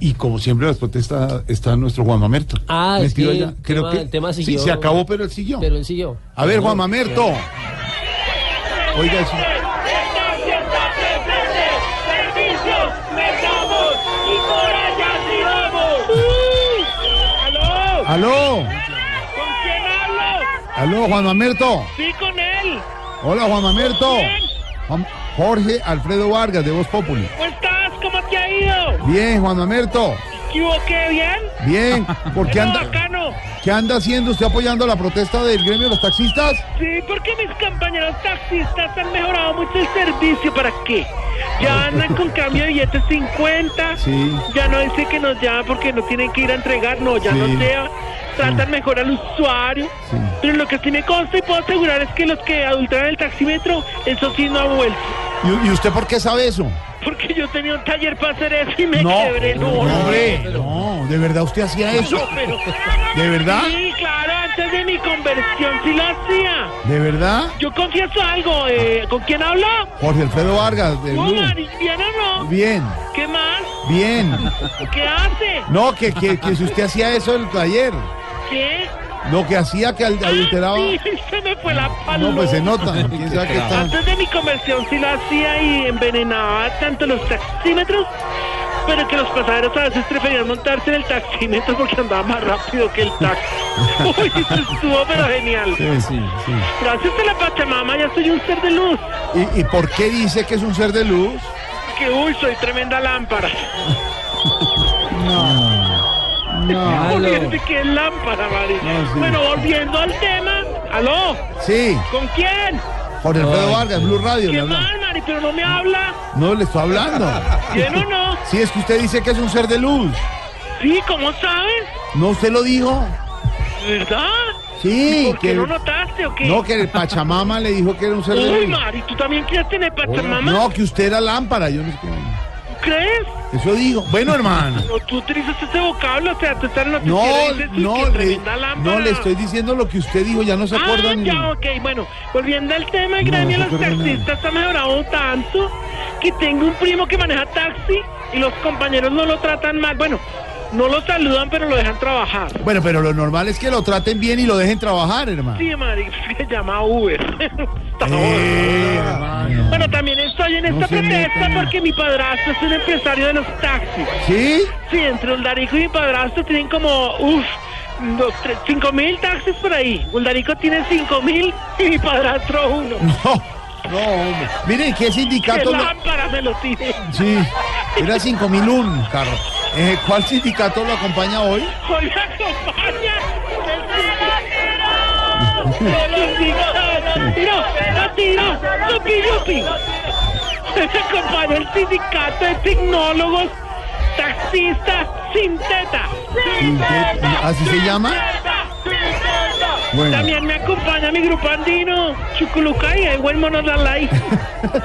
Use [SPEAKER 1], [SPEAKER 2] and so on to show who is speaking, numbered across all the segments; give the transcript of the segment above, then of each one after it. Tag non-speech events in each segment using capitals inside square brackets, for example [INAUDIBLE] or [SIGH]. [SPEAKER 1] Y como siempre las protestas está nuestro Juan Mamerto.
[SPEAKER 2] Ah, es
[SPEAKER 1] Metido
[SPEAKER 2] que
[SPEAKER 1] allá.
[SPEAKER 2] el
[SPEAKER 1] Creo
[SPEAKER 2] tema-
[SPEAKER 1] que
[SPEAKER 2] el tema
[SPEAKER 1] sí,
[SPEAKER 2] siguió.
[SPEAKER 1] se acabó, pero él siguió.
[SPEAKER 2] Pero él siguió.
[SPEAKER 1] A ver,
[SPEAKER 2] No,
[SPEAKER 1] Juan Mamerto. Oiga eso.
[SPEAKER 3] servicios, metamos y por allá sí vamos. ¿Aló?
[SPEAKER 1] Aló,
[SPEAKER 3] ¿Con quién hablo?
[SPEAKER 1] aló, Juan Mamerto.
[SPEAKER 3] Sí, con él.
[SPEAKER 1] Hola, Juan Mamerto. Juan- Jorge Alfredo Vargas de Voz Populi.
[SPEAKER 3] ¿Cómo estás? ¿Cómo te ha ido?
[SPEAKER 1] Bien, Juan Mamerto.
[SPEAKER 3] ¿Qué hubo, qué bien?
[SPEAKER 1] Bien. ¿Por qué
[SPEAKER 3] Todo
[SPEAKER 1] anda,
[SPEAKER 3] bacano.
[SPEAKER 1] qué anda haciendo usted apoyando la protesta del gremio de los taxistas?
[SPEAKER 3] Sí, porque mis compañeros taxistas han mejorado mucho el servicio. ¿Para qué? Ya andan con cambio de billetes 50.
[SPEAKER 1] Sí.
[SPEAKER 3] Ya no dice que nos llama porque no tienen que ir a entregar. No, ya
[SPEAKER 1] Sí.
[SPEAKER 3] no sea. Tratan mejor al usuario.
[SPEAKER 1] Sí.
[SPEAKER 3] Pero lo que sí me consta y puedo asegurar es que los que adulteran el taxímetro, eso sí no ha vuelto.
[SPEAKER 1] ¿Y, y usted por qué sabe eso?
[SPEAKER 3] Porque yo tenía un taller para hacer eso y me
[SPEAKER 1] No.
[SPEAKER 3] quebré. No,
[SPEAKER 1] No,
[SPEAKER 3] no,
[SPEAKER 1] hombre, no, de verdad usted hacía eso.
[SPEAKER 3] pero...
[SPEAKER 1] ¿De verdad?
[SPEAKER 3] Sí, claro, antes de mi conversión sí lo hacía.
[SPEAKER 1] ¿De verdad?
[SPEAKER 3] Yo confieso algo. eh, ¿Con quién habla?
[SPEAKER 1] Jorge Alfredo Vargas de
[SPEAKER 3] No,
[SPEAKER 1] Blue.
[SPEAKER 3] Mari, ¿bien o no?
[SPEAKER 1] Bien,
[SPEAKER 3] ¿Qué más?
[SPEAKER 1] bien.
[SPEAKER 3] ¿Qué hace?
[SPEAKER 1] No, que, que, que si usted hacía eso el taller,
[SPEAKER 3] ¿Qué?
[SPEAKER 1] lo que hacía que al- adulteraba.
[SPEAKER 3] Sí, se me fue la paloma.
[SPEAKER 1] No, pues se nota. ¿Quién sabe qué está?
[SPEAKER 3] Antes de mi conversión sí la hacía y envenenaba tanto los taxímetros, pero que los pasajeros a veces preferían montarse en el taxímetro porque andaba más rápido que el
[SPEAKER 1] [LAUGHS]
[SPEAKER 3] taxi. Uy, eso estuvo pero genial.
[SPEAKER 1] Sí, sí, sí.
[SPEAKER 3] Gracias a la Pachamama ya soy un ser de luz.
[SPEAKER 1] ¿Y, y por qué dice que es un ser de luz?
[SPEAKER 3] Que uy, soy tremenda lámpara. [LAUGHS]
[SPEAKER 1] No.
[SPEAKER 3] Fíjate que es lámpara, Mari.
[SPEAKER 1] No, sí.
[SPEAKER 3] Bueno, volviendo al tema. ¿Aló?
[SPEAKER 1] Sí,
[SPEAKER 3] ¿Con quién?
[SPEAKER 1] Jorge Alfredo Vargas, Blue Radio. Le
[SPEAKER 3] ¿Qué
[SPEAKER 1] habla.
[SPEAKER 3] mal, Mari? Pero no me habla.
[SPEAKER 1] No le estoy hablando.
[SPEAKER 3] ¿Bien o no?
[SPEAKER 1] Sí, es que usted dice que es un ser de luz.
[SPEAKER 3] Sí, ¿cómo sabes?
[SPEAKER 1] ¿No usted lo dijo?
[SPEAKER 3] ¿Verdad?
[SPEAKER 1] Sí,
[SPEAKER 3] ¿Por qué
[SPEAKER 1] que.
[SPEAKER 3] no notaste o qué?
[SPEAKER 1] No, que el Pachamama le dijo que era un ser de
[SPEAKER 3] Uy,
[SPEAKER 1] luz.
[SPEAKER 3] Mari, ¿tú también quieres tener Pachamama?
[SPEAKER 1] No, que usted era lámpara. Yo no sé qué-
[SPEAKER 3] ¿Crees?
[SPEAKER 1] Eso dijo. Bueno, hermano.
[SPEAKER 3] No, tú utilizas ese vocablo, o sea, tú estás en la
[SPEAKER 1] No,
[SPEAKER 3] tijera y dices, uy,
[SPEAKER 1] no,
[SPEAKER 3] qué
[SPEAKER 1] le,
[SPEAKER 3] tremenda lámpara.
[SPEAKER 1] no le estoy diciendo lo que usted dijo, ya no se
[SPEAKER 3] Ah,
[SPEAKER 1] acuerdan. ni-
[SPEAKER 3] ya, ok, bueno, volviendo al tema, el
[SPEAKER 1] No,
[SPEAKER 3] gremio
[SPEAKER 1] no
[SPEAKER 3] de
[SPEAKER 1] se
[SPEAKER 3] los
[SPEAKER 1] acuerda nada.
[SPEAKER 3] taxistas ha mejorado tanto que tengo un primo que maneja taxi y los compañeros no lo tratan mal. Bueno, no lo saludan, pero lo dejan trabajar.
[SPEAKER 1] Bueno, pero lo normal es que lo traten bien y lo dejen trabajar, hermano.
[SPEAKER 3] Sí, Mari, [LAUGHS] se llama Uber. [LAUGHS] Está
[SPEAKER 1] Eh, hermano.
[SPEAKER 3] Bueno, también estoy en esta
[SPEAKER 1] se
[SPEAKER 3] protesta
[SPEAKER 1] metan.
[SPEAKER 3] porque mi padrastro es un empresario de los taxis.
[SPEAKER 1] ¿Sí?
[SPEAKER 3] Sí, entre Uldarico y mi padrastro tienen como, uff, cinco mil taxis por ahí. Uldarico tiene cinco mil y mi padrastro uno.
[SPEAKER 1] No, no, hombre. Miren, ¿qué
[SPEAKER 3] ¡Qué
[SPEAKER 1] sindicato? lo-
[SPEAKER 3] lámpara me lo tiene!
[SPEAKER 1] Sí, era 5001, carro. Eh, ¿Cuál sindicato lo acompaña hoy?
[SPEAKER 3] ¡Hoy me acompaña! ¡El sindicato! ¡Lo tiró! ¡Lo tiró! ¡Yupi, yupi! Hoy Me acompaña el sindicato de tecnólogos taxistas sin teta.
[SPEAKER 1] ¿Así se llama? [LAUGHS] Bueno,
[SPEAKER 3] También me acompaña mi grupo andino, Chuculucay, el buen Monolalay.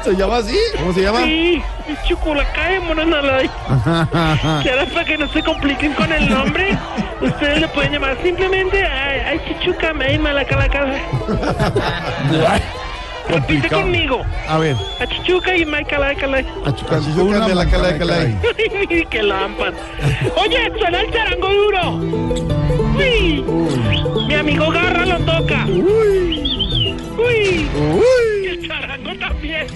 [SPEAKER 1] ¿se llama así? ¿Cómo se llama?
[SPEAKER 3] Sí, Chuculucay, Monolalay. Que ahora para que no se compliquen con el nombre, ustedes le pueden llamar simplemente a, a Chichuca, me Malacalaca. Repite
[SPEAKER 1] Complicado.
[SPEAKER 3] conmigo.
[SPEAKER 1] A ver,
[SPEAKER 3] A Chichuca y [LAUGHS] Malacalaca.
[SPEAKER 1] a Chucalcuna, de la cala de Calay.
[SPEAKER 3] Ay, qué lámpara. Oye, suena el charango duro. Sí. Mi amigo Garra lo toca. Uy. Y el charango también.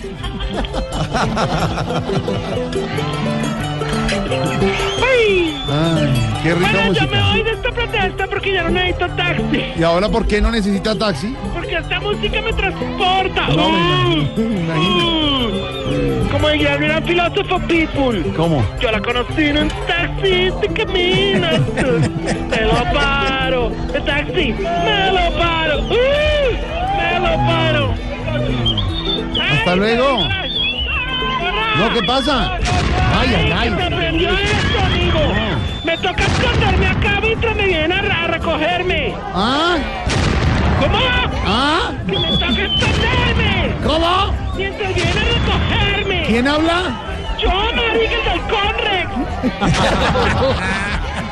[SPEAKER 3] [LAUGHS] Uy.
[SPEAKER 1] Ay, qué rica
[SPEAKER 3] Bueno, yo me
[SPEAKER 1] música.
[SPEAKER 3] voy de esta protesta porque ya no necesito taxi.
[SPEAKER 1] ¿Y ahora por qué no necesita taxi?
[SPEAKER 3] Porque esta música me transporta.
[SPEAKER 1] No, me
[SPEAKER 3] Uh, uh. Como diría el gran filósofo Pitbull.
[SPEAKER 1] ¿Cómo?
[SPEAKER 3] Yo la conocí en un taxi,
[SPEAKER 1] [LAUGHS]
[SPEAKER 3] te caminas tú. Te lo paro. El taxi, me lo paro. Uh, me lo paro.
[SPEAKER 1] Hasta luego.
[SPEAKER 3] ¡Corra!
[SPEAKER 1] No, ¿qué pasa? Ay, ay, ay.
[SPEAKER 3] ¡Se prendió esto! Me toca esconderme acá mientras me vienen a, ra- a recogerme.
[SPEAKER 1] ¿Ah?
[SPEAKER 3] ¿Cómo?
[SPEAKER 1] ¿Ah?
[SPEAKER 3] Que me toca esconderme
[SPEAKER 1] ¿Cómo?
[SPEAKER 3] mientras vienen a recogerme.
[SPEAKER 1] ¿Quién habla?
[SPEAKER 3] Yo, marica, el del Conrex.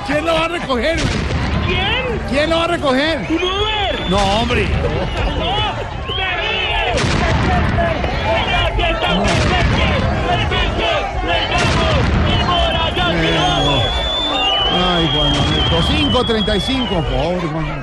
[SPEAKER 1] ¿Quién lo va a recoger?
[SPEAKER 3] ¿Quién?
[SPEAKER 1] ¿Quién lo va a recoger?
[SPEAKER 3] Un Uber.
[SPEAKER 1] No, hombre.
[SPEAKER 3] ¡No! ¡Terrible! ¡Gracias, tan presente! ¡Servicio! ¡Les damos! ¡Y mora, ya
[SPEAKER 1] Ay, Juan Manuel. 5.35, pobre Juan Manuel.